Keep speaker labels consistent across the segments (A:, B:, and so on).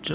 A: 这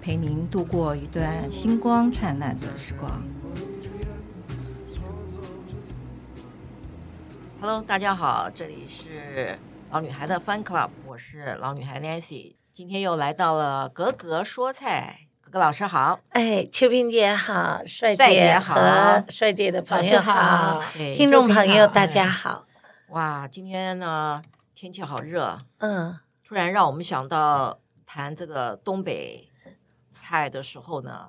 B: 陪您度过一段星光灿烂的时光。Hello，大家好，这里是老女孩的 Fun Club，我是老女孩 Nancy，今天又来到了格格说菜，格格老师好，
C: 哎，秋萍姐好，帅
B: 帅姐好
C: 和帅姐的朋友好，
B: 对
C: 听众朋友
B: 周平好
C: 大家好。
B: 哇，今天呢天气好热，
C: 嗯，
B: 突然让我们想到谈这个东北菜的时候呢，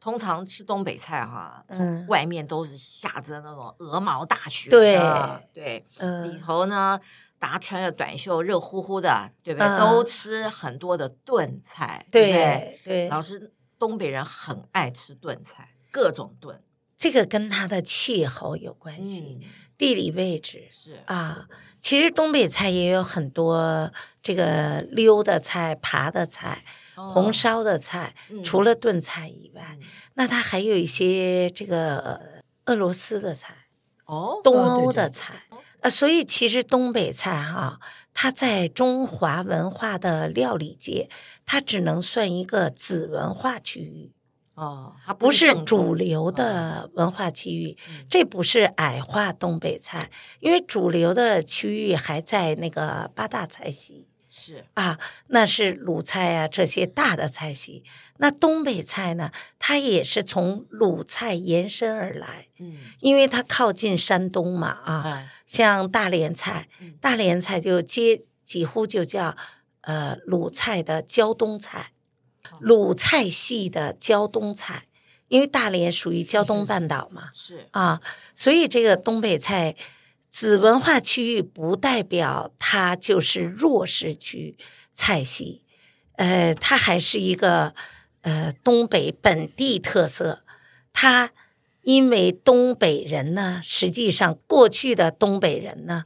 B: 通常吃东北菜哈，
C: 嗯
B: 外面都是下着那种鹅毛大雪
C: 对
B: 的，对里
C: 嗯，
B: 头呢，大家穿着短袖，热乎乎的，对不对？
C: 嗯
B: 都吃很多的炖菜，不对？
C: 对对，
B: 老师，东北人很爱吃炖菜，各种炖，
C: 这个跟它的气候有关
B: 嗯
C: 系，，地理位置
B: 是，
C: 嗯啊。其实东北菜也有很多这个溜的菜、扒的菜、
B: 哦
C: 红烧的菜，
B: 嗯
C: 除了炖菜以外，
B: 嗯
C: 那它还有一些这个呃俄罗斯的菜。
B: 哦，
C: 东
D: 哦对
C: 欧
D: 对
C: 的菜。呃，所以其实东北菜哈、它在中华文化的料理界，它只能算一个子文化区域，
B: 哦，它
C: 不是
B: 正
C: 主
B: 宗嗯
C: 流的文化区域。这不是矮化东北菜，因为主流的区域还在那个八大菜系
B: 是
C: 啊，那是鲁菜啊这些大的菜系。那东北菜呢，它也是从鲁菜延伸而来，
B: 嗯
C: 因为它靠近山东嘛啊，
B: 哎
C: 像大连菜
B: 嗯，
C: 大连菜就接几乎就叫呃鲁菜的胶东菜，鲁菜系的胶东菜，因为大连属于胶东半岛嘛
B: 是
C: 啊，所以这个东北菜子文化区域不代表它就是弱势区菜系，呃，它还是一个呃东北本地特色，它。因为东北人呢，实际上过去的东北人呢，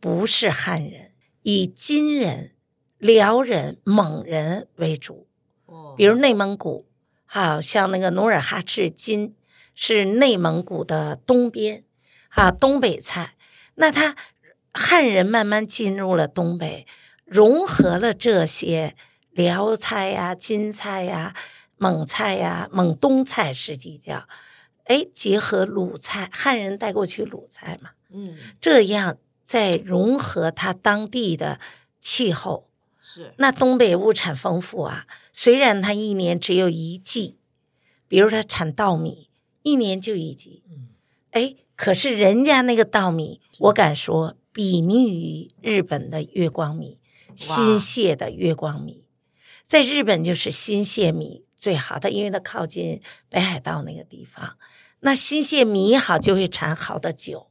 C: 不是汉人，以金人、辽人、蒙人为主。
B: 哦，
C: 比如内蒙古，好、像那个努尔哈赤金是内蒙古的东边，啊，东北菜。那他汉人慢慢进入了东北，融合了这些辽菜呀、金菜呀、蒙菜呀、蒙东菜，实际叫，哎，结合鲁菜，汉人带过去鲁菜嘛，
B: 嗯
C: 这样再融合他当地的气候，
B: 是
C: 那东北物产丰富啊，虽然它一年只有一季，比如它产稻米，一年就一季，哎，可是人家那个稻米，我敢说比拟于日本的月光米，新泻的月光米，在日本就是新泻米最好的，因为它靠近北海道那个地方，那新泻米好就会产好的酒，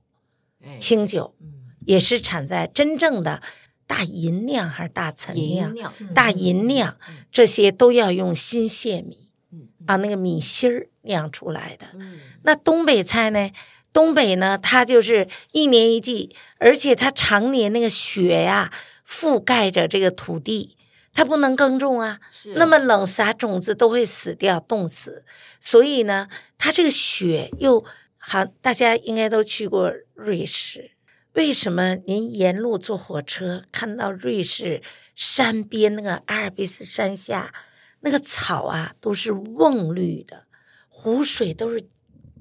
B: 哎
C: 清酒
B: 嗯
C: 也是产在真正的大银酿还是大陈酿
B: 银？酿
C: 大银酿
B: 嗯
C: 这些都要用新鲜米
B: 嗯
C: 啊，那个米芯儿酿出来的。
B: 嗯
C: 那东北菜呢？东北呢，它就是一年一季，而且它常年那个雪呀、覆盖着这个土地，它不能耕种啊。
B: 是
C: 那么冷撒种子都会死掉，冻死。所以呢，它这个雪又好，大家应该都去过瑞士。为什么您沿路坐火车看到瑞士山边那个阿尔卑斯山下那个草啊都是瓮绿的，湖水都是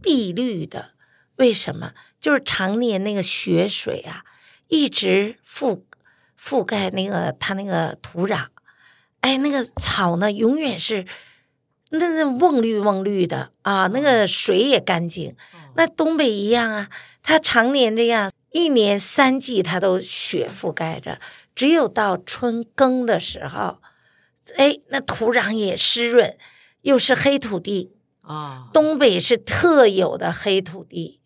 C: 碧绿的？为什么？就是常年那个雪水啊，一直覆覆盖那个它那个土壤，哎，那个草呢，永远是那那瓮绿瓮绿的啊，那个水也干净。
B: 哦
C: 那东北一样啊，它常年这样，一年三季它都雪覆盖着，只有到春耕的时候，哎，那土壤也湿润，又是黑土地，
B: 啊
C: 东北是特有的黑土地。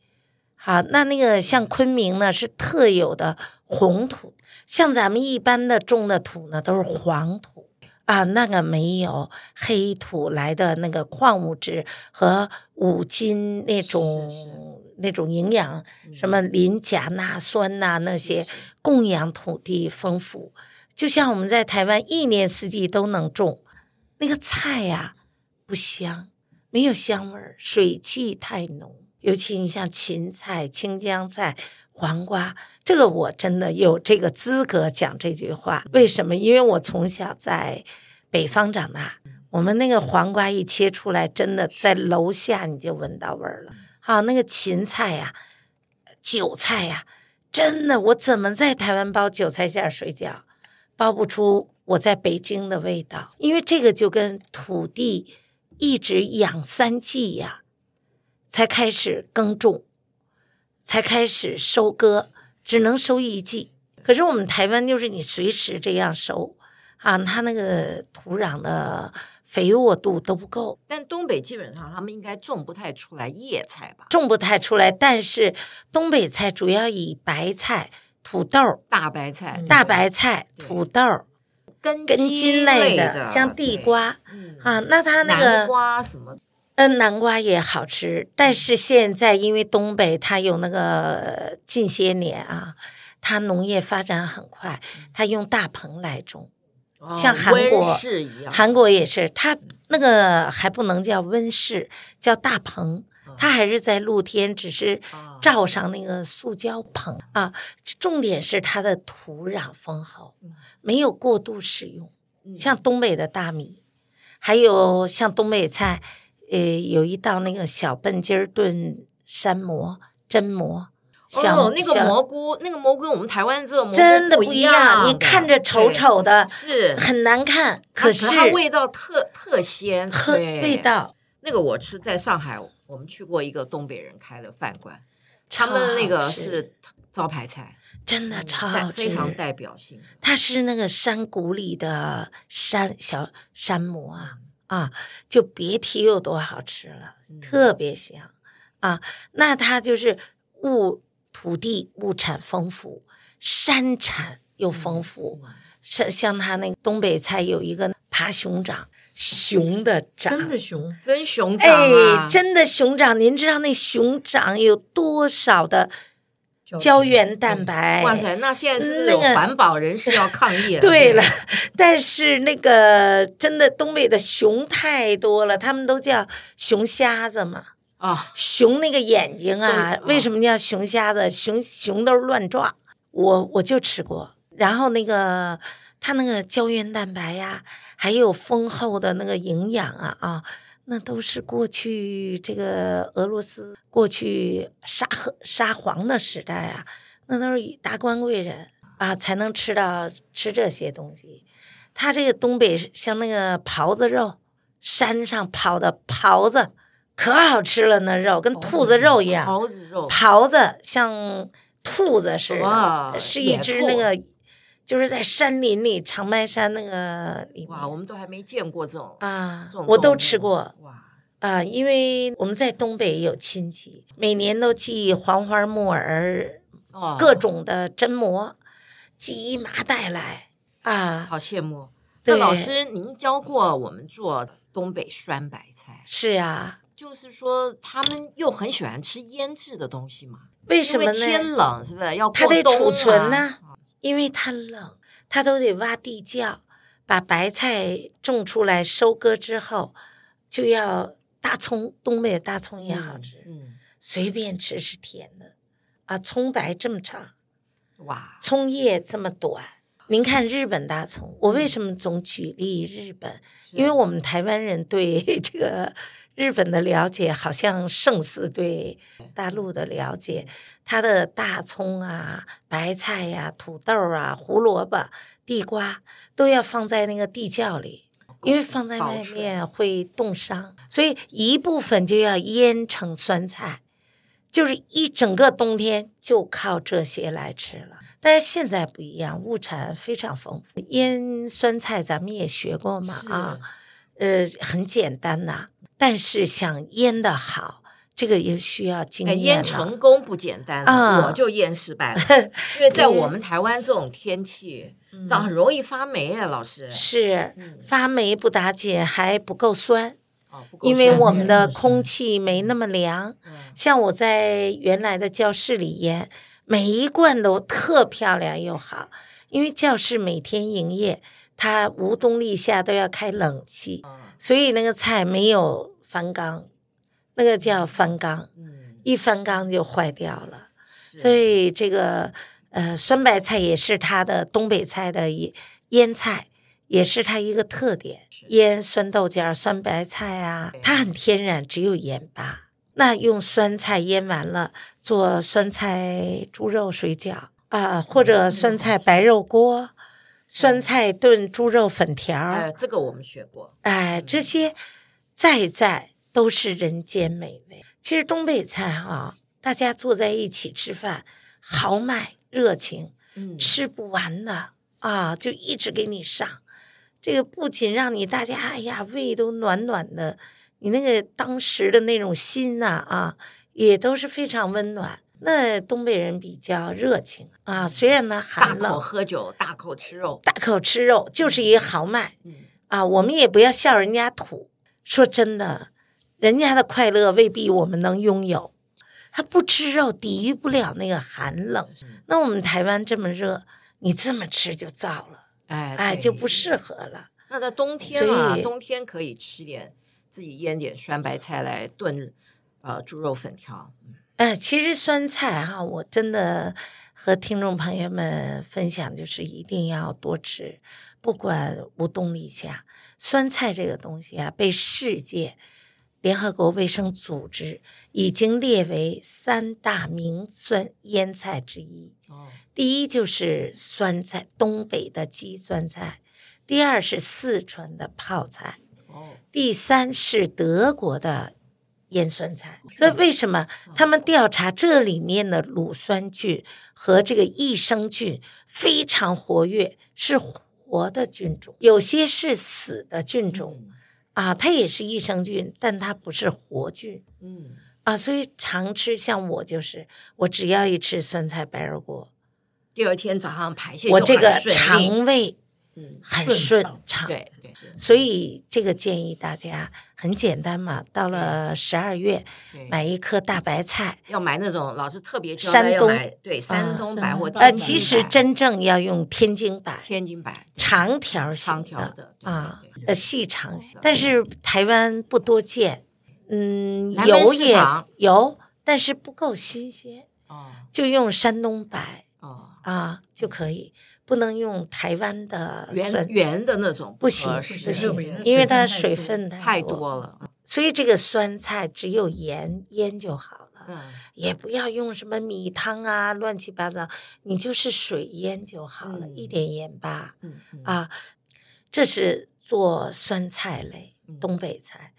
C: 好，那那个像昆明呢是特有的红土，像咱们一般的种的土呢都是黄土啊，那个没有黑土来的那个矿物质和五金那种
B: 是
C: 那种营养，什
B: 嗯
C: 么磷、钾、钠、酸呐、那
B: 是
C: 些
B: 是
C: 供养土地丰富。就像我们在台湾一年四季都能种，那个菜呀、不香，没有香味儿，水汽太浓。尤其你像芹菜、青江菜、黄瓜，这个我真的有这个资格讲这句话。为什么？因为我从小在北方长大，我们那个黄瓜一切出来，真的在楼下你就闻到味儿了。好，那个芹菜呀、韭菜呀、真的，我怎么在台湾包韭菜馅儿水饺，包不出我在北京的味道？因为这个就跟土地一直养三季呀、才开始耕种，才开始收割，只能收一季。可是我们台湾就是你随时这样收啊，它那个土壤的肥沃度都不够，
B: 但东北基本上他们应该种不太出来叶菜吧，
C: 种不太出来。但是东北菜主要以白菜、土豆、
B: 大白菜、
C: 嗯大白菜、
B: 对
C: 土豆、
B: 根
C: 根
B: 茎
C: 茎
B: 类
C: 类
B: 的，
C: 像地
B: 对、
C: 瓜
B: 嗯
C: 啊，那它那
B: 南
C: 个
B: 瓜什么，
C: 嗯，南瓜也好吃，但
B: 嗯
C: 是现在因为东北它有那个近些年啊，它农业发展很快，
B: 嗯
C: 它用大棚来种，
B: 哦
C: 像韩
B: 温
C: 国
B: 室一样，
C: 韩国也是，它那个还不能叫温室，叫大棚
B: 哦，
C: 它还是在露天，只是
B: 哦
C: 罩上那个塑胶棚啊。重点是它的土壤丰厚
B: 嗯，
C: 没有过度使用。
B: 嗯
C: 像东北的大米，还有像东北菜，呃，有一道那个小笨鸡儿炖山蘑、榛蘑，小、
B: 哦，那个
C: 小
B: 蘑菇，那个蘑菇跟我们台湾这个蘑菇
C: 真的
B: 不啊
C: 不一样，你看着丑
B: 对
C: 丑的，
B: 是，
C: 很难看，
B: 它
C: 是
B: 它味道特特鲜，
C: 和
B: 对
C: 味道
B: 那个我吃在上海，我们去过一个东北人开的饭馆，
C: 超
B: 他
C: 好吃，
B: 们那个是招牌菜，
C: 真的超
B: 代
C: 好吃，
B: 非常代表性的。
C: 它是那个山谷里的山小山蘑啊啊，就别提有多好吃了，
B: 嗯
C: 特别香啊。那它就是物土地物产丰富，山产又丰富，
B: 嗯
C: 像像它那个东北菜有一个爬熊掌，熊的掌，
B: 啊
E: 真的熊，
B: 真熊掌啊，
C: 哎，真的熊掌，您知道那熊掌有多少的胶原蛋白？
B: 哇塞！那现在是不
C: 哎
B: 是
C: 那
B: 有
C: 个
B: 环保人士要抗议了？
C: 对了，但是那个真的东北的熊太多了，他们都叫熊瞎子嘛。
B: 啊，
C: 熊那个眼睛啊
B: 嗯，
C: 为什么叫熊瞎子？熊熊都是乱撞。我我就吃过，然后那个它那个胶原蛋白呀、还有丰厚的那个营养啊啊，那都是过去这个俄罗斯过去沙和沙皇的时代啊，那都是达官贵人啊才能吃到吃这些东西。它这个东北像那个狍子肉，山上跑的狍子可好吃了，那肉跟兔子肉一样。
B: 狍子肉，
C: 狍子像兔子似
B: 哇
C: 的，是一只那个，就是在山林里长白山那个里面
B: 哇，我们都还没见过这种
C: 啊
B: 这种，
C: 我都
B: 动物
C: 吃过
B: 哇，
C: 啊，因为我们在东北有亲戚，每年都寄黄花木耳、
B: 哦，
C: 各种的榛蘑，寄一麻袋来啊，
B: 好羡慕。哦那
C: 对
B: 老师，您教过我们做东北酸白菜，
C: 是啊，
B: 就是说他们又很喜欢吃腌制的东西嘛？
C: 为
B: 为
C: 什么
B: 天
C: 呢？
B: 冷是不是要过
C: 它得
B: 冬
C: 储
B: 啊
C: 存呐？因为它冷，它都得挖地窖，把白菜种出来，收割之后就要大葱，东北的大葱也好吃，
B: 嗯，
C: 随便吃是甜的，啊，葱白这么长，
B: 哇，
C: 葱叶这么短。您看日本大葱，我为什么总举例日本？
B: 是
C: 因为我们台湾人对 这个日本的了解，好像胜似对大陆的了解。它的大葱啊、白菜呀、土豆啊、胡萝卜、地瓜都要放在那个地窖里，因为放在
B: 保
C: 外
B: 存
C: 面会冻伤，所以一部分就要腌成酸菜，就是一整个冬天就靠这些来吃了。但是现在不一样，物产非常丰富。腌酸菜咱们也学过嘛啊
B: 是哎
C: 啊，呃，很简单呐、但是想腌的好，这个也需要经
B: 哎，
C: 验
B: 验
C: 了。
B: 成功不简单了，
C: 啊
B: 我就验失败了，因为在我们台湾这种天气，那很容易发霉啊，老师。
C: 嗯是
B: 嗯
C: 发霉不打紧，还不够酸，
B: 哦，不够
C: 因为
B: 酸
C: 我们的
E: 对
C: 空气没那么凉。
B: 嗯
C: 像我在原来的教室里腌，每一罐都特漂亮又好，因为教室每天营业，它无冬立夏都要开冷气，所以那个菜没有翻缸，那个叫翻缸，
B: 嗯，
C: 一翻缸就坏掉了。
B: 是
C: 所以这个呃酸白菜也是它的东北菜的一腌菜，也是它一个特点。腌酸豆角、酸白菜啊，
B: 对
C: 它很天然，只有盐巴。那用酸菜腌完了，做酸菜猪肉水饺啊、
B: 嗯
C: 或者酸菜白肉锅、酸菜炖猪肉粉条儿，
B: 呃，
C: 哎、
B: 这个我们学过，
C: 这些在在都是人间美味。其实东北菜哈、大家坐在一起吃饭，豪迈热情，
B: 嗯，
C: 吃不完的啊，就一直给你上。这个不仅让你大家哎呀胃都暖暖的，你那个当时的那种心呐啊也都是非常温暖。那东北人比较热情啊，虽然呢
B: 大
C: 寒
B: 口
C: 冷，
B: 喝酒，大口吃肉，
C: 大口吃肉就是一个豪迈
B: 嗯，
C: 啊。我们也不要笑人家土，说真的，人家的快乐未必我们能拥有。他不吃肉，抵御不了那个寒冷。那我们台湾这么热，你这么吃就燥了，
B: 哎
C: 哎，就不
B: 是。
C: 适合了。
B: 那在冬天啊
C: 所，以
B: 冬天可以吃点自己腌点酸白菜来炖，呃，猪肉粉条。
C: 哎，其实酸菜哈、我真的和听众朋友们分享，就是一定要多吃，不管无冬立夏，酸菜这个东西啊，被世界联合国卫生组织已经列为三大名酸腌菜之一。
B: 哦，
C: 第一就是酸菜，东北的鸡酸菜；第二是四川的泡菜；
B: 哦，
C: 第三是德国的腌酸菜。所以为什么他们调查这里面的乳酸菌和这个益生菌非常活跃，是活的菌种，有些是死的菌种
B: 嗯
C: 啊，它也是益生菌，但它不是活菌。
B: 嗯，
C: 啊，所以常吃，像我就是，我只要一吃酸菜白肉锅，
B: 第二天早上排泄
C: 我
B: 就
C: 这个
B: 很顺利，
C: 肠胃
B: 嗯，
C: 很
E: 顺
C: 顺
E: 畅
C: 畅，
B: 对对是
C: 所以这个建议大家很简单嘛，到了十二月
B: 对，
C: 买一颗大白菜。
B: 要买那种老师特别教
C: 山
B: 大家
C: 东
B: 买对山
C: 啊
B: 东
E: 山
B: 百
E: 东
B: 货，
E: 百
C: 呃，
E: 嗯
C: 其实
B: 百
C: 真正要用天津白，
B: 天津百
C: 长条
B: 长
C: 形
B: 条的对对
C: 啊
B: 对，
C: 呃细长型
B: 对，
C: 但是台湾不多见，嗯，
B: 南门
C: 有
B: 市
C: 也
B: 场
C: 有，但是不够新鲜，
B: 哦
C: 就用山东白
B: 哦，
C: 啊就可以，不能用台湾的
B: 圆
C: 酸
B: 圆的那种
C: 呃不行
B: 合
C: 不
B: 适
C: 行
E: 的，
C: 因为它水
E: 水分
C: 分
B: 太
C: 多，
B: 多了，
C: 所以这个酸菜只有盐腌就好了，
B: 嗯
C: 也不要用什么米汤啊，乱七八糟，你就是水腌就好了，
B: 嗯
C: 一点盐巴
B: 嗯嗯
C: 啊。这是做酸菜类，
B: 嗯
C: 东北菜，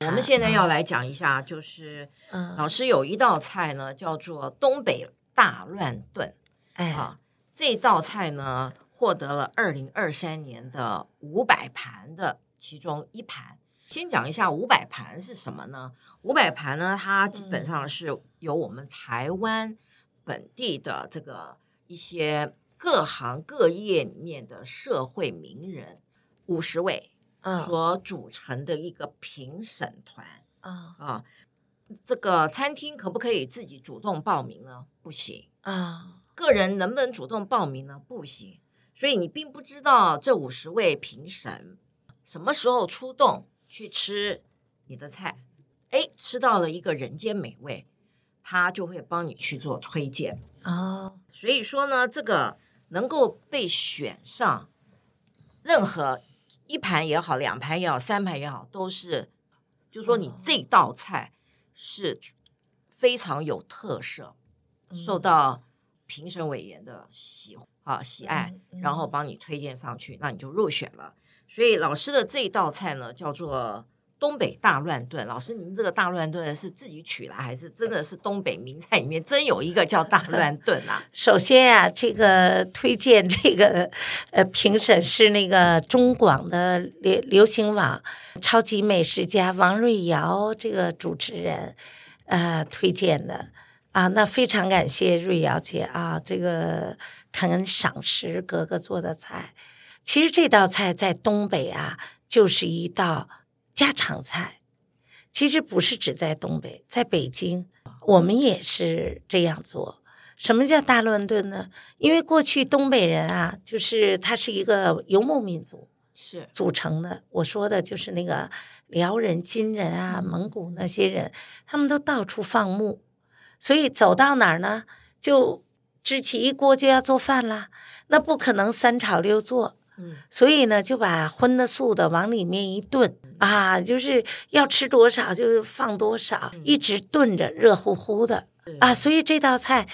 B: 我们现在要来讲一下，就是老
C: 啊嗯，
B: 师有一道菜呢，叫做东北大乱炖。
C: 哎，
B: 啊，这道菜呢获得了二零二三年的五百盘的其中一盘。先讲一下五百盘是什么呢？五百盘呢，它基本
C: 嗯
B: 上是由我们台湾本地的这个一些各行各业里面的社会名人五十位
C: 嗯
B: 所组成的一个评审团。
C: 啊
B: 啊，这个餐厅可不可以自己主动报名呢？不行，
C: 啊，
B: 个人能不能主动报名呢？不行，所以你并不知道这五十位评审什么时候出动去吃你的菜，哎，吃到了一个人间美味，他就会帮你去做推荐。
C: 哦，
B: 所以说呢，这个能够被选上，任何一盘也好，两盘也好，三盘也好，都是，就说你这道菜是非常有特色，受到评审委员的喜啊喜爱，然后帮你推荐上去，那你就入选了。所以老师的这一道菜呢，叫做。东北大乱炖，老师，您这个大乱炖是自己取来，还是真的是东北名菜里面真有一个叫大乱炖啊？
C: 首先呀、这个推荐这个 呃评审是那个中广的呃流流行网超级美食家王瑞瑶这个主持人，呃推荐的啊，那非常感谢瑞瑶姐啊，这个肯赏识格格做的菜。其实这道菜在东北啊，就是一道家常菜。其实不是只在东北，在北京我们也是这样做。什么叫大乱炖呢？因为过去东北人啊，就是他是一个游牧民族
B: 是
C: 组成的。我说的就是那个辽人、金人啊、蒙古那些人，他们都到处放牧，所以走到哪儿呢，就支起一锅就要做饭啦。那不可能三炒六做，
B: 嗯
C: 所以呢，就把荤的素的往里面一炖
B: 嗯
C: 啊，就是要吃多少就放多少，一直炖着，热乎乎的
B: 嗯对
C: 啊。所以这道菜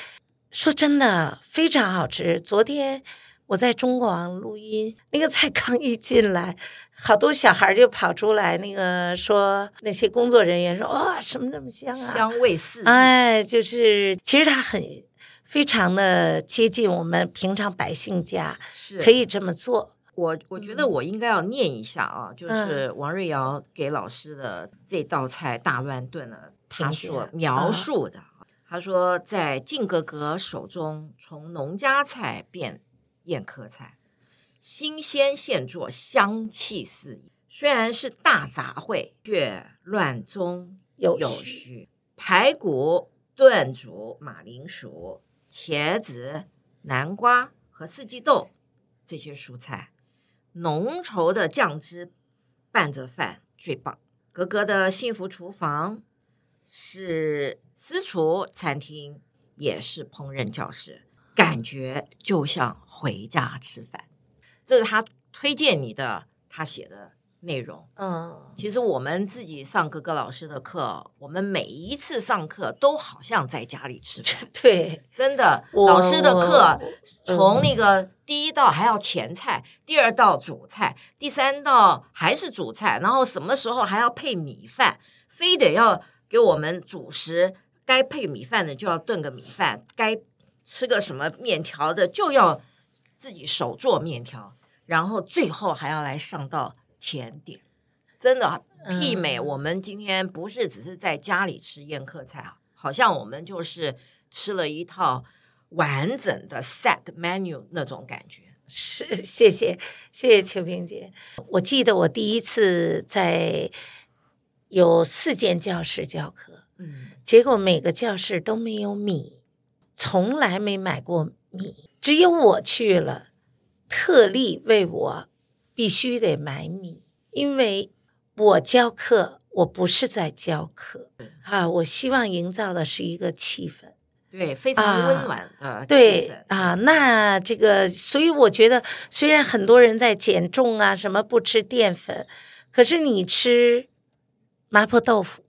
C: 说真的非常好吃。昨天我在中广录音，那个菜刚一进来，好多小孩就跑出来，那个说那些工作人员说哇、什么这么香啊，
B: 香味四溢
C: 哎，就是其实它很非常的接近我们平常百姓家
B: 是
C: 可以这嗯么做。
B: 我我觉得我应该要念一下啊，
C: 嗯
B: 就是王瑞瑶给老师的这道菜大乱炖呢，
C: 评
B: 他
C: 选
B: 所
C: 啊
B: 描述的，啊他说在靖格格手中，从农家菜变宴客菜，新鲜现做，香气四溢。虽然是大杂烩，却乱中
C: 有
B: 有
C: 序
B: 序。排骨炖煮马铃薯、茄子、南瓜和四季豆这些蔬菜，浓稠的酱汁拌着饭最棒。格格的幸福厨房是私厨餐厅，也是烹饪教室，感觉就像回家吃饭。这是他推荐你的，他写的内容。
C: 嗯，
B: 其实我们自己上格格老师的课，我们每一次上课都好像在家里吃饭，
C: 对，
B: 真的。
C: 我
B: 老师的课
C: 我
B: 从那个第一道还要前菜，第二道主菜，第三道还是主菜，然后什么时候还要配米饭，非得要给我们主食该配米饭的就要炖个米饭，该吃个什么面条的就要自己手做面条，然后最后还要来上到甜点，真的啊
C: 嗯
B: 媲美我们今天不是只是在家里吃宴客菜啊，好像我们就是吃了一套完整的 set menu 那种感觉。
C: 是 谢谢谢谢秋萍姐。我记得我第一次在有四间教室教课，
B: 嗯，
C: 结果每个教室都没有米，从来没买过米，只有我去了，特例为我必须得买米，因为我教课。我不是在教课啊，我希望营造的是一个气氛，
B: 对，非常温暖的气
C: 啊对
B: 氛
C: 啊，那这个，所以我觉得，虽然很多人在减重啊，什么不吃淀粉，可是你吃麻婆豆腐，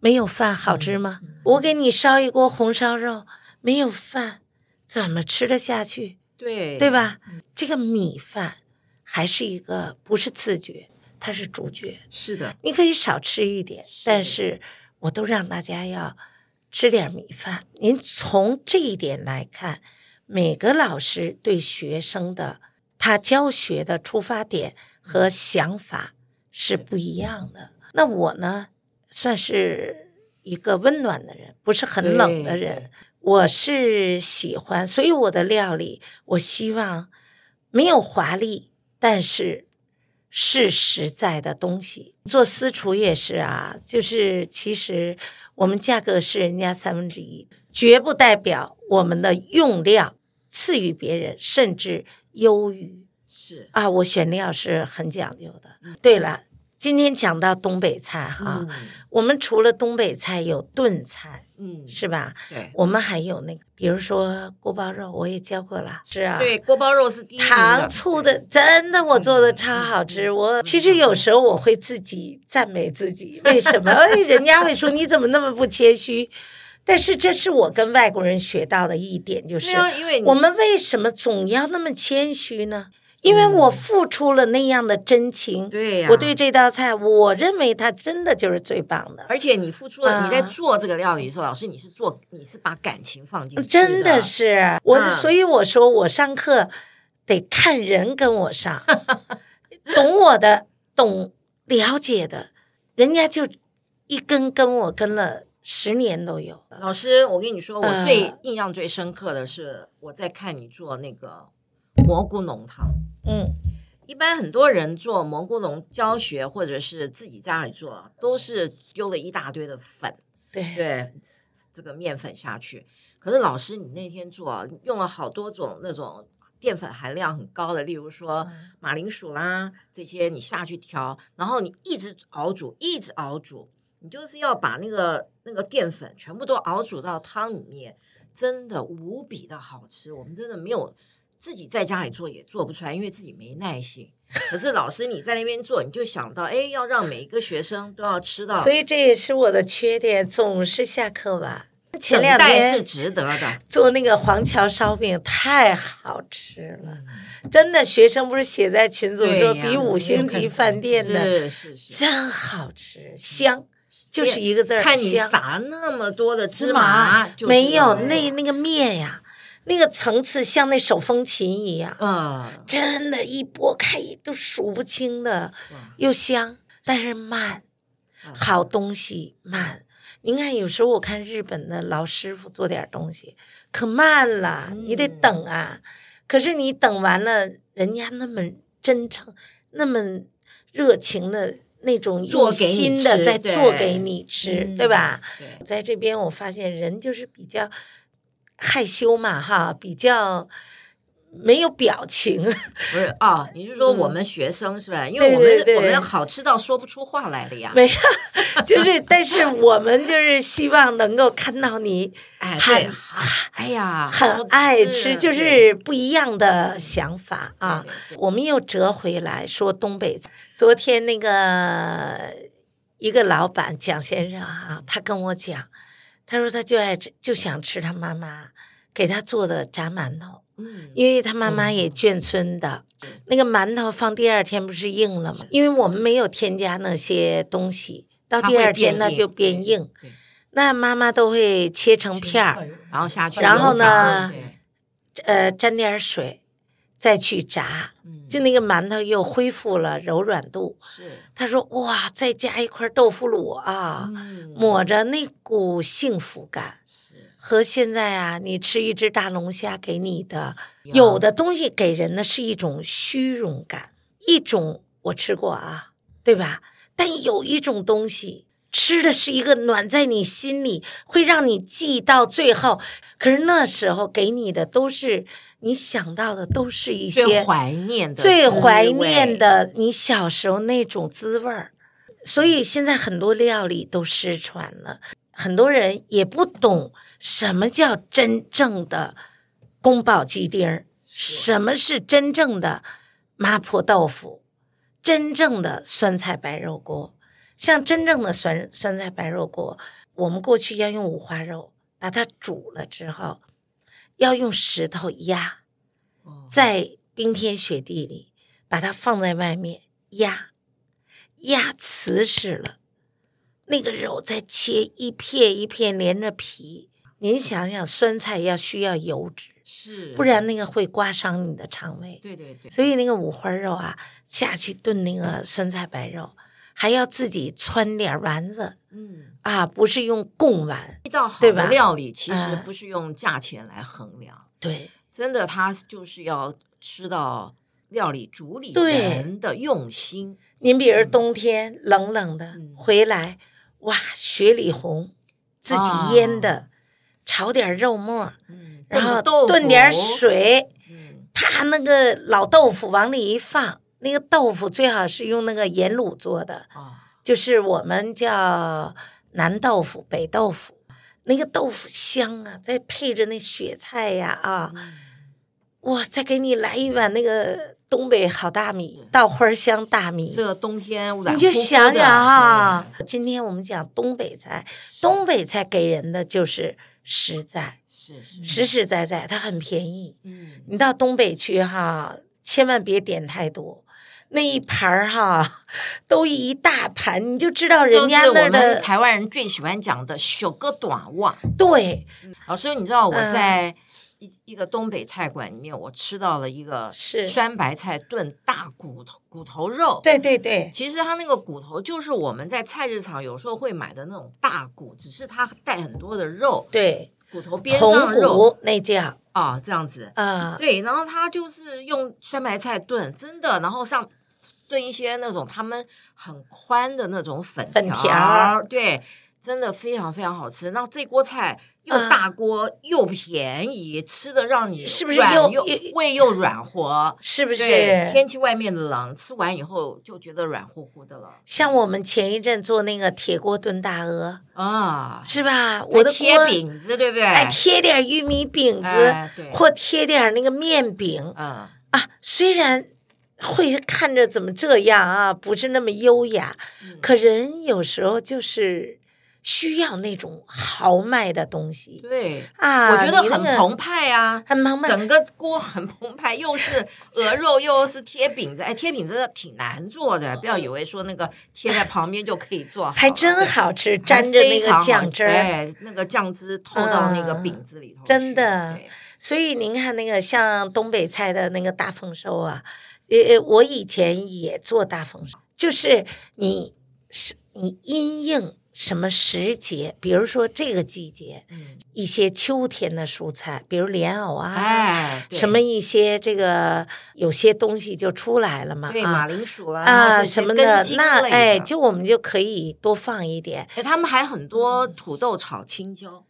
C: 没有饭好吃吗？我给你烧一锅红烧肉，没有饭怎么吃得下去？
B: 对嗯
C: 对？吧？这个米饭还是一个不是次绝，它是主角。
B: 是的，
C: 你可以少吃一点，
B: 是
C: 但是我都让大家要吃点米饭。您从这一点来看，每个老师对学生的他教学的出发点和想法是不一样的。那我呢，算是一个温暖的人，不是很冷的人
B: 对。
C: 我是喜欢，所以我的料理，我希望没有华丽，但是是实在的东西。做私厨也是啊，就是其实我们价格是人家三分之一，绝不代表我们的用量次于别人，甚至优于。
B: 是
C: 啊，我选料是很讲究的。
B: 嗯
C: 对了，今天讲到东北菜哈，
B: 啊，
C: 我们除了东北菜有炖菜
B: 嗯，
C: 是吧？
B: 对
C: 我们还有那个，比如说锅包肉，我也教过了，是啊。
B: 对，锅包肉是第一名嗯
C: 糖醋的真的，我做的超好吃。我其实有时候我会自己赞美自己，为什么？ 哎，人家会说你怎么那么不谦虚？但是这是我跟外国人学到的一点，就
B: 对
C: 是
B: 啊，因为你
C: 我们为什么总要那么谦虚呢？因为我付出了那样的真情，
B: 嗯对呀，
C: 我对这道菜，我认为它真的就是最棒的，
B: 而且你付出了，
C: 啊
B: 你在做这个料理的时候，老师你是做，你是把感情放进去，
C: 真
B: 的
C: 的。是我，
B: 嗯
C: 所以我说我上课得看人跟我 上，懂我的、懂了解的，人家就一跟跟我跟了十年都有了。
B: 老师，我跟你说，我最
C: 呃
B: 印象最深刻的是我在看你做那个蘑菇浓汤。
C: 嗯，
B: 一般很多人做蘑菇浓教学，或者是自己家里做，都是丢了一大堆的粉，
C: 对，
B: 对，这个面粉下去。可是老师，你那天做啊用了好多种那种淀粉含量很高的，例如说
C: 嗯
B: 马铃薯啦这些，你下去调，然后你一直熬煮，一直熬煮，你就是要把那个那个淀粉全部都熬煮到汤里面，真的无比的好吃。我们真的没有自己在家里做也做不出来，因为自己没耐心。可是老师你在那边做，你就想到，哎，要让每一个学生都要吃到，
C: 所以这也是我的缺点，总是下课晚。前两
B: 等待
C: 天
B: 是值得的。
C: 做那个黄桥烧饼太好吃了，真的，学生不是写在群组
B: 嗯对
C: 说
B: 呀
C: 比五星级饭店的
B: 是是是，
C: 真好吃，香，就是一个字儿
B: 看你
C: 香。
B: 撒那么多的芝
C: 芝麻
B: 就
C: 没
B: 知道
C: 有
B: 了
C: 那那个面呀，那个层次像那手风琴一样，
B: 嗯，
C: 真的，一拨开都数不清的，又香，但是慢，
B: 嗯
C: 好东西慢。您看，有时候我看日本的老师傅做点东西，可慢了，
B: 嗯
C: 你得等啊。可是你等完了，人家那么真诚、那么热情的那种
B: 做
C: 用
B: 给你
C: 心的
B: 吃
C: 在
B: 对
C: 做给你吃，
B: 嗯
C: 对吧？？
B: 对，
C: 在这边我发现人就是比较害羞嘛，哈，比较没有表情。
B: 不是啊，你是说我们学生是吧？因为我们
C: 嗯对对
B: 我们
C: 对
B: 好吃到说不出话来了呀。
C: 没有，就是，但是我们就是希望能够看到你
B: 哎，对
C: 很，
B: 哎呀，好
C: 很爱
B: 吃
C: 吃，
B: 啊
C: 就
B: 对
C: 是不一样的想法啊
B: 对对。
C: 我们又折回来说东北菜，昨天那个一个老板蒋先生啊，他跟我讲，他说他就爱吃，就想吃他妈妈给他做的炸馒头。
B: 嗯
C: 因为他妈妈也眷村的，那个馒头放第二天不是硬了吗？因为我们没有添加那些东西，到第二天
B: 它
C: 它
B: 会变硬
C: 就变硬
B: 对。
C: 那妈妈都会切成片儿，
B: 然后下去，
C: 然后呢
B: 对
C: 呃，沾点水，再去炸，
B: 嗯，
C: 就那个馒头又恢复了柔软度。
B: 是
C: 他说：“哇，再加一块豆腐乳啊，
B: 嗯
C: 抹着那股幸福感。”
B: 是
C: 和现在啊，你吃一只大龙虾给你的，有的东西给人的是一种虚荣感，一种我吃过啊，对吧？但有一种东西吃的是一个暖在你心里，会让你记到最后。可是那时候给你的都是你想到的，都是一
B: 最
C: 些
B: 怀念的
C: 最
B: 滋
C: 怀
B: 味
C: 念的你小时候那种滋味儿。所以现在很多料理都失传了，很多人也不懂什么叫真正的宫保鸡丁儿，什么是真正的麻婆豆腐，真正的酸菜白肉锅。像真正的酸酸菜白肉锅，我们过去要用五花肉把它煮了之后，要用石头压，
B: 哦
C: 在冰天雪地里把它放在外面压，压瓷实了，那个肉再切一片一片连着皮。您想想，酸菜要需要油脂，
B: 是，
C: 不然那个会刮伤你的肠胃。
B: 对对对，
C: 所以那个五花肉啊，下去炖那个酸菜白肉，还要自己汆点丸子
B: 嗯，
C: 啊，不是用贡丸。
B: 一道好
C: 对
B: 的
C: 吧
B: 料理其实
C: 嗯
B: 不是用价钱来衡量，
C: 对
B: 真的，它就是要吃到料理主理
C: 对
B: 人的用心，
C: 您比如冬天冷冷的、
B: 嗯
C: 回来，哇，雪里红，自
B: 啊
C: 己腌的，炒点肉末，
B: 嗯，
C: 然
B: 炖个
C: 后
B: 豆
C: 炖点
B: 腐，
C: 水，
B: 嗯，
C: 啪，那个老豆腐往里一放，那个豆腐最好是用那个盐卤做的，
B: 啊，
C: 就是我们叫南豆腐、北豆腐，那个豆腐香啊，再配着那雪菜呀啊
B: 嗯
C: 我再给你来一碗那个东北好大米，稻花香大米，
B: 这个冬天软
C: 你就
B: 乎乎
C: 想
B: 的
C: 想哈、
B: 啊是
C: 今天我们讲东北菜，东北菜给人的就是实在，
B: 是是，
C: 实实在在，它很便宜。
B: 嗯，
C: 你到东北去哈，千万别点太多。那一盘儿哈，都一大盘，你就知道 人家
B: 就是
C: 那
B: 我
C: 儿的
B: 们台湾人最喜欢讲的“小个短袜
C: 对，”。嗯
B: 老师，你知道我在一一个东北菜馆里面，我吃到了一个
C: 是
B: 酸白菜炖大骨头骨头肉。
C: 对对对，
B: 其实它那个骨头就是我们在菜市场有时候会买的那种大骨，只是它带很多的肉，
C: 对，
B: 骨头边
C: 红
B: 上肉
C: 骨那叫
B: 啊，这样子。
C: 啊，
B: 对，然后它就是用酸白菜炖，真的，然后上炖一些那种他们很宽的那种粉
C: 粉
B: 条
C: 条
B: 儿
C: 儿，
B: 对，真的非常非常好吃。那这锅菜又
C: 啊
B: 大锅、又便宜，吃的让你
C: 是不是又
B: 软又
C: 又
B: 胃又软和？
C: 是不
B: 对，
C: 是？
B: 天气外面的冷，吃完以后就觉得软乎乎的了
C: 像我们前一阵做那个铁锅炖大鹅，
B: 啊！
C: 是吧？我的
B: 还贴
C: 锅
B: 饼子，对不对？
C: 哎，贴点玉米饼
B: 哎
C: 子，
B: 对，
C: 或贴点那个面饼
B: 嗯，
C: 啊。虽然会看着怎么这样啊，不是那么优雅，
B: 嗯
C: 可人有时候就是需要那种豪迈的东西
B: 对，
C: 啊。
B: 我觉得
C: 你那
B: 很
C: 个
B: 澎湃啊。
C: 很澎湃，
B: 整个锅很澎湃，又是鹅肉，又是贴饼子。哎，贴饼子挺难做的，不要以为说那个贴在旁边就可以做好了，
C: 还真
B: 对
C: 好吃，
B: 还
C: 沾着那
B: 非
C: 个
B: 常好哎
C: 酱汁儿。嗯
B: 对，那个酱汁透到那个饼子里头去、
C: 真的
B: 对
C: 所以您看，那个像东北菜的那个大丰收啊，呃，呃我以前也做大丰收，就是你是你因应什么时节，比如说这个季节
B: 嗯，
C: 一些秋天的蔬菜，比如莲藕啊，
B: 哎，对
C: 什么一些这个有些东西就出来了嘛
B: 对马
C: 啊
B: 铃薯啦
C: 啊什么的，那哎，
B: 哎，
C: 就我们就可以多放一点。
B: 哎，他们还很多土豆炒青椒，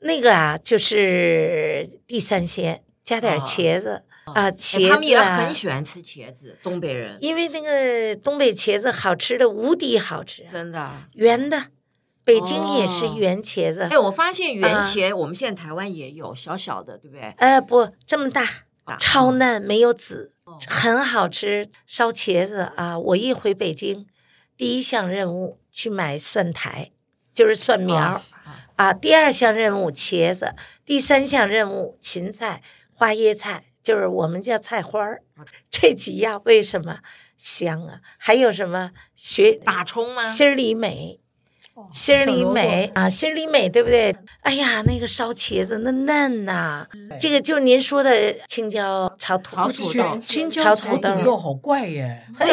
C: 那个啊，就是地三鲜，加点
B: 哦
C: 茄子啊、茄
B: 哎
C: 子、啊
B: 他们也很喜欢吃茄子，东北人
C: 因为那个东北茄子好吃的无敌好吃，啊
B: 真的。
C: 圆的，北京也是
B: 哦
C: 圆茄子，
B: 哎，我发现圆
C: 啊
B: 茄，我们现在台湾也有小小的，对不对？
C: 呃不这么大，
B: 啊
C: 超嫩没有籽
B: 哦，
C: 很好吃。烧茄子啊，我一回北京，第一项任务去买蒜苔，就是蒜苗儿
B: 啊
C: 啊，第二项任务茄子，第三项任务芹菜、花椰菜，就是我们叫菜花儿。
B: 哦
C: 这几样为什么香啊？还有什么学
B: 打葱吗？哦
C: 心儿里美，心儿里美啊，心儿里美，对不对？哎呀，那个烧茄子那嫩呐、这个就您说的青椒炒土
B: 嗯炒土豆
C: 青椒炒土豆。
E: 好怪耶！
C: 哎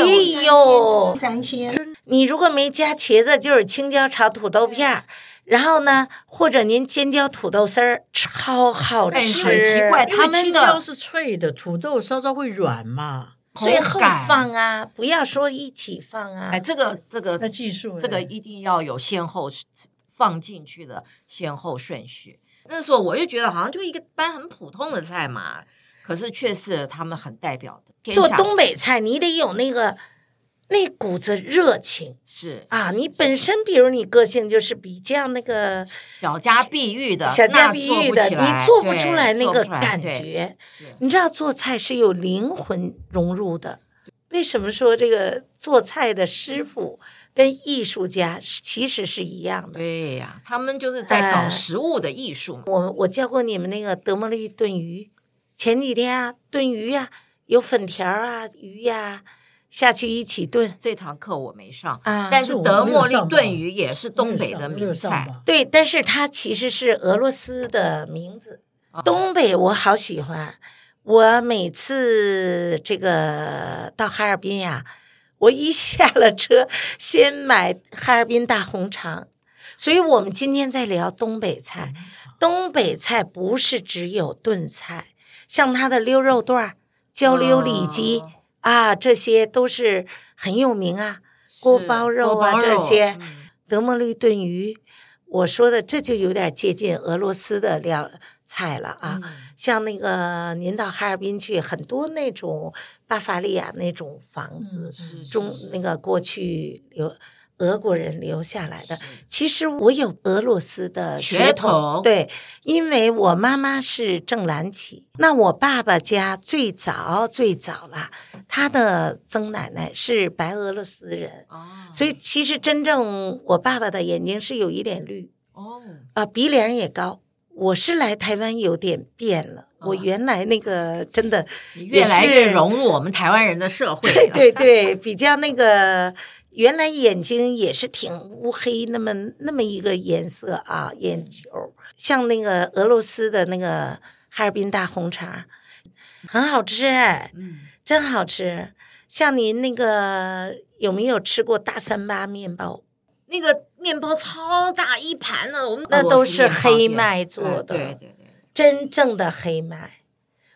C: 呦，
D: 三鲜，
C: 你如果没加茄子，就是青椒炒土豆片儿。然后呢，或者您尖椒土豆丝儿，超好吃。
B: 哎很奇怪
E: 因为
B: 他们
E: 青
B: 的
E: 椒是脆的，土豆稍稍会软嘛。
C: 最后
B: 口感
C: 放啊，不要说一起放啊。
B: 哎，这个这个
E: 那技术哎呢
B: 这个一定要有先后放进去的先后顺序。那时候我就觉得好像就一个般很普通的菜嘛，可是却是他们很代表的天
C: 做
B: 下
C: 东北菜，你得有那个那股子热情。
B: 是
C: 啊，你本身比如你个性就是比较那个
B: 小家碧玉的，
C: 小家
B: 那
C: 碧
B: 做
C: 玉
B: 不
C: 的，
B: 起来
C: 你做不
B: 对
C: 出来那
B: 做不
C: 个
B: 出来
C: 感
B: 对
C: 觉。
B: 是
C: 你知道做菜是有灵魂融入的，为什么说这个做菜的师傅跟艺术家是其实是一样的？
B: 对呀、他们就是在搞
C: 哎
B: 食物的艺术嘛。
C: 我我教过你们那个德莫律炖鱼，前几天啊炖鱼啊，有粉条啊鱼呀、下去一起炖
B: 这堂课我没上，
C: 啊。
B: 但是
E: 这我
B: 德
E: 没有
B: 莫利
E: 上吧
B: 炖鱼也是东北的名
E: 热上
B: 菜，
E: 吧，
C: 对，但是它其实是俄罗斯的名字。东北我好喜欢，我每次这个到哈尔滨呀、我一下了车先买哈尔滨大红肠。所以我们今天在聊东北菜，
B: 嗯
C: 嗯东北菜不是只有炖菜，像它的溜肉段儿、焦溜里脊、
B: 哦
C: 啊，这些都是很有名啊。锅
B: 是
C: 包肉
B: 锅
C: 啊
B: 包
C: 这些
B: 嗯
C: 德莫律炖鱼，我说的这就有点接近俄罗斯的料菜了啊。
B: 嗯
C: 像那个您到哈尔滨去，很多那种巴伐利亚那种房子，
B: 嗯
E: 嗯
B: 是
C: 中
B: 是
C: 那个过去留俄国人留下来的。其实我有俄罗斯的
B: 血
C: 血
B: 统
C: 对，因为我妈妈是正蓝旗，那我爸爸家最早最早啦，他的曾奶奶是白俄罗斯人。
B: 哦
C: 所以其实真正我爸爸的眼睛是有一点绿
B: 哦，
C: 啊、鼻梁也高。我是来台湾有点变了，我
B: 哦
C: 原来那 个真的
B: 你越来越
C: 容。
B: 融入我们台湾人的社会了，
C: 对对对，比较那个，原来眼睛也是挺乌黑，那么那么一个颜色啊，眼球。像那个俄罗斯的那个哈尔滨大红肠，很好吃哎，
B: 嗯
C: 真好吃。像您那个有没有吃过大三巴面包？
B: 那个面包超大一盘呢，我们
C: 那
B: 俄罗
C: 都
B: 斯
C: 是
B: 面包
C: 黑
B: 店
C: 麦做的
B: 哎对对对，
C: 真正的黑麦。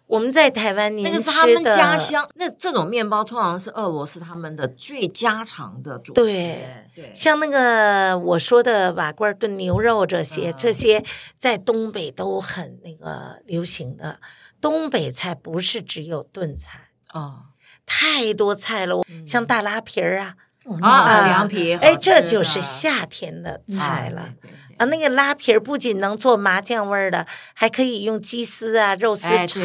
C: 我们在台湾，您
B: 那个是他
C: 吃
B: 们
C: 的
B: 家乡，那这种面包通常是俄罗斯他们的最家常的主食。
C: 对
B: 对，
C: 像那个我说的瓦罐炖牛肉这些，
B: 嗯
C: 这些在东北都很那个流行的。东北菜不是只有炖菜，
B: 哦
C: 太多菜了，
B: 嗯
C: 像大拉皮儿啊，
E: 哦那
B: 啊，
C: 啊
B: 小羊皮，
C: 哎，
B: 好
C: 这
B: 吃
C: 就是
B: 的
C: 夏天的菜了。。
B: 对对对
C: 啊，那个拉皮儿不仅能做麻酱味儿的，还可以用鸡丝啊、肉丝
B: 哎，
C: 炒，
B: 对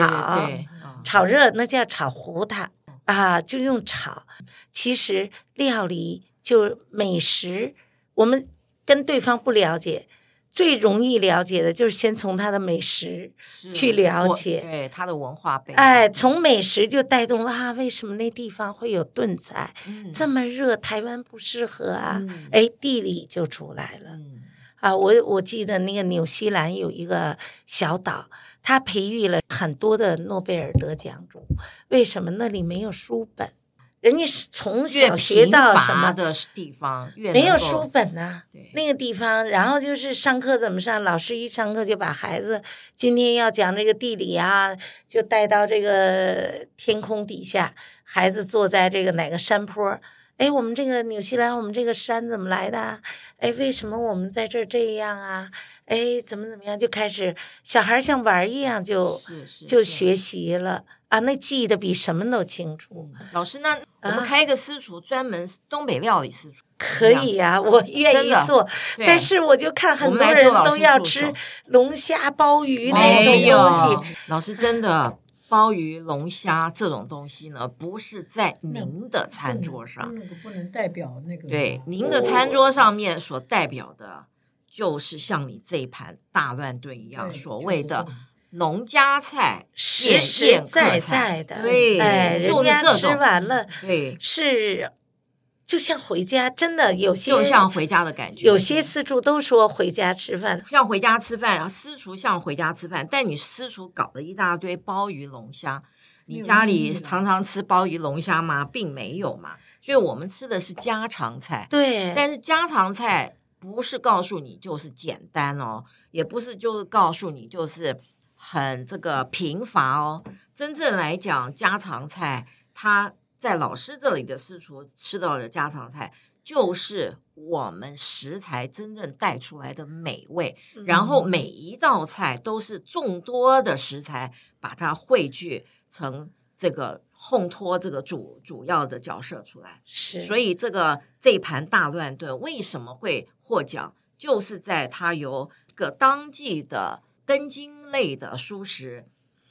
B: 对对嗯
C: 炒热那叫炒糊它啊，就用炒。其实料理就美食，我们跟对方不了解，最容易了解的就是先从他的美食。
B: 是
C: 去了
B: 我
C: 解
B: 对他的文化背景。
C: 哎，从美食就带动啊，为什么那地方会有炖菜？
B: 嗯，
C: 这么热，台湾不适合啊
B: 嗯。
C: 哎，地理就出来了。
B: 嗯
C: 啊，我我记得那个纽西兰有一个小岛，它培育了很多的诺贝尔得奖主。为什么那里没有书本？人家是从
B: 越
C: 小学
B: 贫
C: 到什
B: 乏
C: 么
B: 的地方越
C: 没有
B: 能够
C: 书，本呐、
B: 对
C: 那个地方，然后就是上课怎么上？老师一上课就把孩子今天要讲这个地理啊，就带到这个天空底下，孩子坐在这个哪个山坡。哎，我们这个纽西兰，我们这个山怎么来的啊？哎，为什么我们在这儿这样啊？哎，怎么怎么样？就开始小孩像玩儿一样就是
B: 是
C: 就是学习了啊，那记得比什么都清楚。
B: 老师，那我们
C: 啊
B: 开一个私厨，专门东北料理私厨，
C: 可以呀、我愿
B: 真
C: 意
B: 的
C: 做，
B: 对
C: 但是我就看很
B: 我们
C: 多
B: 来
C: 人
B: 做老
C: 都
B: 师
C: 要
B: 助
C: 吃
B: 手
C: 龙虾、鲍鱼那种
B: 没有
C: 东西，，
B: 老师真的。鲍鱼、龙虾这种东西呢，不是在您的餐桌上，
E: 那个不能代表那个
B: 对，您的餐桌上面所代表的，就是像你这一盘大乱炖一样，
E: 对
B: 所
E: 就是
B: 谓
E: 这
B: 的
E: 种
B: 农家菜、
C: 实
B: 宴
C: 实
B: 宴客
C: 在在
B: 菜
C: 的。
B: 对，
C: 哎，人
B: 就是
C: 家
B: 这
C: 吃
B: 种，
C: 完了
B: 对，
C: 是就像回家，真的有些
B: 就像回家的感觉，
C: 有些私厨都说回家吃饭，
B: 像回家吃饭，然后私厨像回家吃饭，但你私厨搞了一大堆鲍鱼、龙虾，你家里常常吃鲍鱼、龙虾吗？并没有嘛，所以我们吃的是家常菜。
C: 对，
B: 但是家常菜不是告诉你就是简单哦，也不是就是告诉你就是很这个贫乏哦。真正来讲，家常菜，它在老师这里的私厨吃到的家常菜，就是我们食材真正带出来的美味。然
C: 嗯
B: 后每一道菜都是众多的食材把它汇聚成这个烘托这个主主要的角色出来。
C: 是
B: 所以这个这一盘大乱炖为什么会获奖，就是在它由这个当季的根茎类的蔬食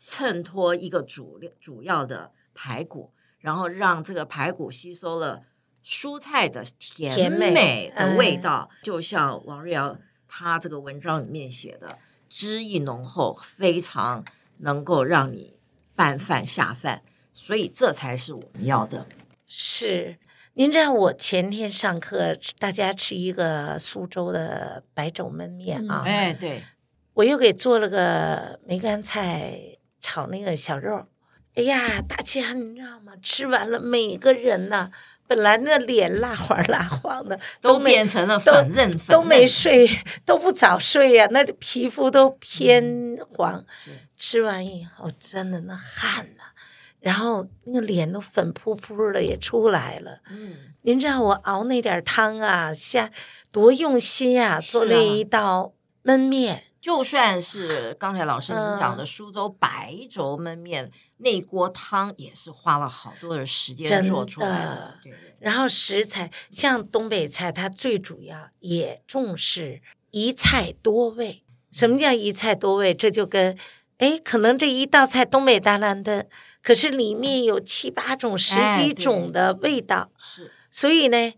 B: 衬托一个主料主要的排骨，然后让这个排骨吸收了蔬菜的
C: 甜
B: 甜
C: 美
B: 美哎的味
C: 嗯
B: 道，就像王瑞瑶他这个文章里面写的，汁意浓厚，非常能够让你拌饭下饭。所以这才是我们要的，
C: 是。您知道我前天上课，大家吃一个苏州的白肘焖面啊，
E: 嗯
B: 哎，对，
C: 我又给做了个梅干菜炒那个小肉。哎呀，大家你知道吗？吃完了，每个人呢，本来那脸蜡黄蜡黄的，
B: 都
C: 没
B: 变成了
C: 都
B: 粉嫩粉
C: 都没
B: 嫩
C: 睡，都不早睡呀、那皮肤都偏黄。
B: 是
C: 吃完以后，真的那汗呐、然后那个脸都粉扑扑的也出来了。
B: 嗯，
C: 您知道我熬那点汤啊，下多用心啊，做
B: 是
C: 那
B: 啊
C: 一道焖面。
B: 就算是刚才老师您讲
C: 嗯
B: 的苏州白粥焖面，那锅汤也是花了好多的时间
C: 真
B: 做出来
C: 的
B: 的，对对，
C: 然后食材像东北菜，它最主要也重视一菜多味。什么叫一菜多味？这就跟哎，可能这一道菜东北大乱炖，可是里面有七八种、十
B: 哎
C: 几
B: 对
C: 种的味道，
B: 是
C: 所以呢，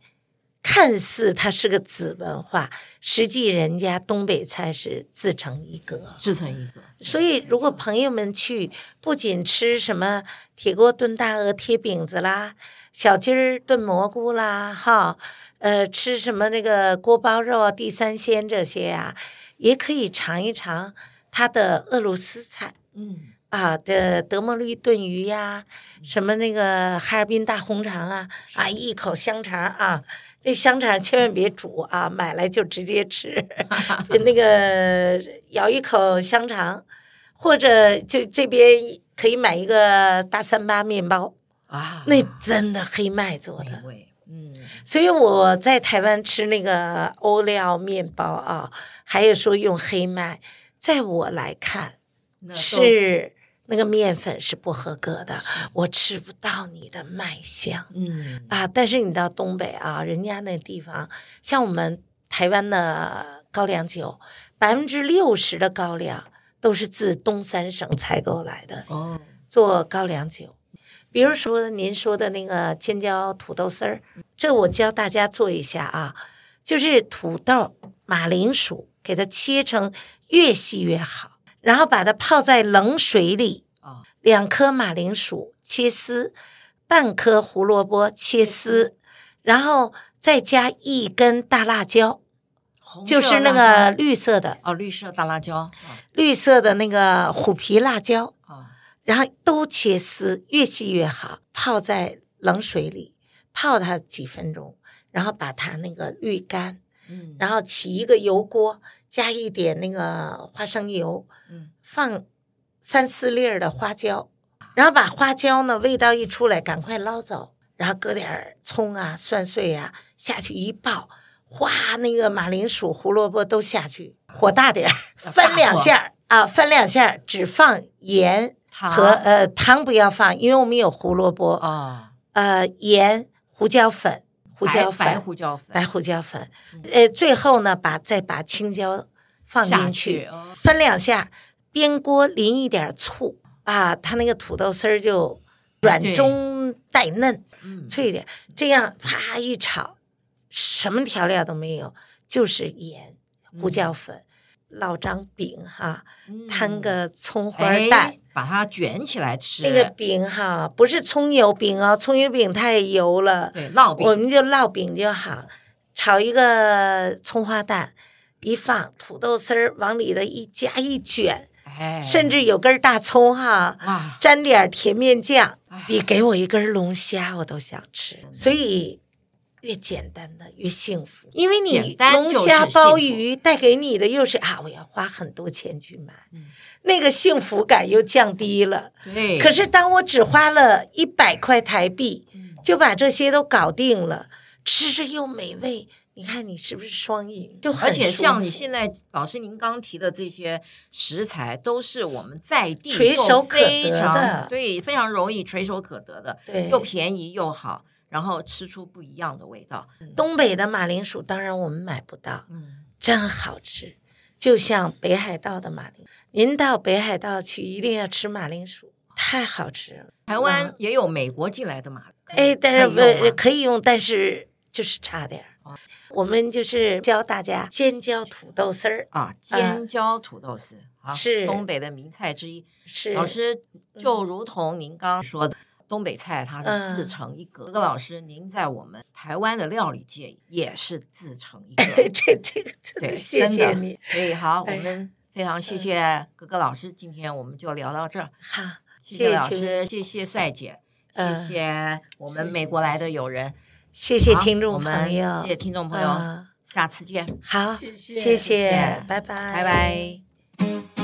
C: 看似它是个子文化，实际人家东北菜是自成一格。
B: 制成一个，对
C: 所以，如果朋友们去，不仅吃什么铁锅炖大鹅、贴饼子啦，小鸡儿炖蘑菇啦，哈，呃，吃什么那个锅包肉啊、地三鲜这些啊，也可以尝一尝它的俄罗斯菜。
B: 嗯，
C: 啊的德莫律炖鱼呀、什么那个哈尔滨大红肠啊，啊一口香肠啊，这香肠千万别煮啊，买来就直接吃，那个咬一口香肠，或者就这边可以买一个大三八面包，
B: 啊，
C: 那真的黑麦做的
B: 美，味，嗯，
C: 所以我在台湾吃那个欧料面包啊，还有说用黑麦，在我来看。
B: 那都
C: 是那个面粉是不合格的，我吃不到你的麦香
B: 嗯
C: 啊。但是你到东北啊，人家那地方，像我们台湾的高粱酒，百分之六十的高粱都是自东三省采购来的
B: 哦，
C: 做高粱酒。比如说您说的那个尖椒土豆丝儿，这我教大家做一下啊，就是土豆、马铃薯给它切成越细越好，然后把它泡在冷水里
B: 啊，
C: 两颗马铃薯切丝，半颗胡萝卜切丝，然后再加一根大辣椒，
B: 红
C: 就
B: 色
C: 是那
B: 辣
C: 个
B: 椒
C: 绿色的
B: 哦，绿色大辣椒啊
C: 绿色的那个虎皮辣椒，
B: 啊，
C: 然后都切丝，越细越好，泡在冷水里泡它几分钟，然后把它那个滤干，
B: 嗯，
C: 然后起一个油锅，加一点那个花生油，
B: 嗯
C: 放三四粒儿的花椒，然后把花椒呢味道一出来，赶快捞走，然后搁点儿葱啊、蒜碎啊下去一爆，哗，那个马铃薯、胡萝卜都下去，火大点儿，翻两下儿啊，翻两下儿，只放盐
B: 糖
C: 和呃糖不要放，因为我们有胡萝卜，
B: 啊，
C: 呃盐、胡椒粉、胡
B: 白
C: 椒粉、哎
B: 白胡椒粉嗯
C: 白胡椒粉，呃，最后呢，把再把青椒放
B: 下
C: 进去，
B: 哦
C: 翻两下，边锅淋一点醋啊，它那个土豆丝儿就软
B: 哎对
C: 中带嫩，
B: 嗯
C: 脆一点。这样啪一炒，什么调料都没有，就是盐、胡椒粉、老张饼哈，
B: 嗯
C: 摊个葱花
B: 哎
C: 蛋。
B: 把它卷起来吃，
C: 那个饼哈，不是葱油饼哦，葱油饼太油了。
B: 对烙饼
C: 我们就烙饼就好，炒一个葱花蛋，一放土豆丝儿往里头一夹一卷，
B: 哎，
C: 甚至有根儿大葱哈，
B: 哇，
C: 沾点儿甜面酱
B: 哎，
C: 比给我一根龙虾我都想吃。所以越简单的越幸福，因为
B: 简
C: 你
B: 单
C: 龙
B: 就是
C: 虾
B: 幸
C: 鲍
B: 福
C: 鱼带给你的又是啊，我要花很多钱去买
B: 嗯，
C: 那个幸福感又降低了。
B: 对，
C: 可是当我只花了一百块台币
B: 嗯，
C: 就把这些都搞定了，吃着又美味，你看你是不是双赢？就很
B: 而且像你
C: 舒服
B: 现在老师您刚提的这些食材，都是我们在地
C: 垂
B: 又
C: 手可
B: 非
C: 得
B: 常
C: 的
B: 对，非常容易垂手可得的，
C: 对
B: 又便宜又好，然后吃出不一样的味道。
C: 东北的马铃薯，当然我们买不到，
B: 嗯，
C: 真好吃。就像北海道的马铃，您到北海道去一定要吃马铃薯，太好吃了。
B: 台湾也有美国进来的马，可以
C: 嗯哎，但是不
B: 可以用吗啊哦
C: 可以用，但是就是差点儿。我们就是教大家尖椒土豆丝儿，
B: 啊，尖椒土豆丝啊，
C: 嗯是
B: 东北的名菜之一。
C: 是嗯
B: 老师就如同您刚说的，东北菜它是
C: 嗯
B: 自成一格。这个老师，您在我们台湾的料理界也是自成 一格。
C: 这这个真
B: 对，
C: 的谢谢
B: 真的
C: 你。。
B: 所以好，我
C: 哎
B: 们非常谢谢哥哥老师，今天我们就聊到这儿。
C: 好，
B: 谢
C: 谢
B: 谢
C: 谢
B: 老
C: 青
B: 师，谢谢帅姐，谢
C: 嗯
B: 谢我们美国来的友人，
C: 谢谢
B: 好
C: 听
B: 我
C: 众
B: 们
C: 朋友，
B: 谢谢听众朋友，
C: 啊
B: 下次见，
C: 好，
E: 谢谢
C: 谢谢
E: 谢
B: 谢，
C: 拜拜，
B: 拜拜。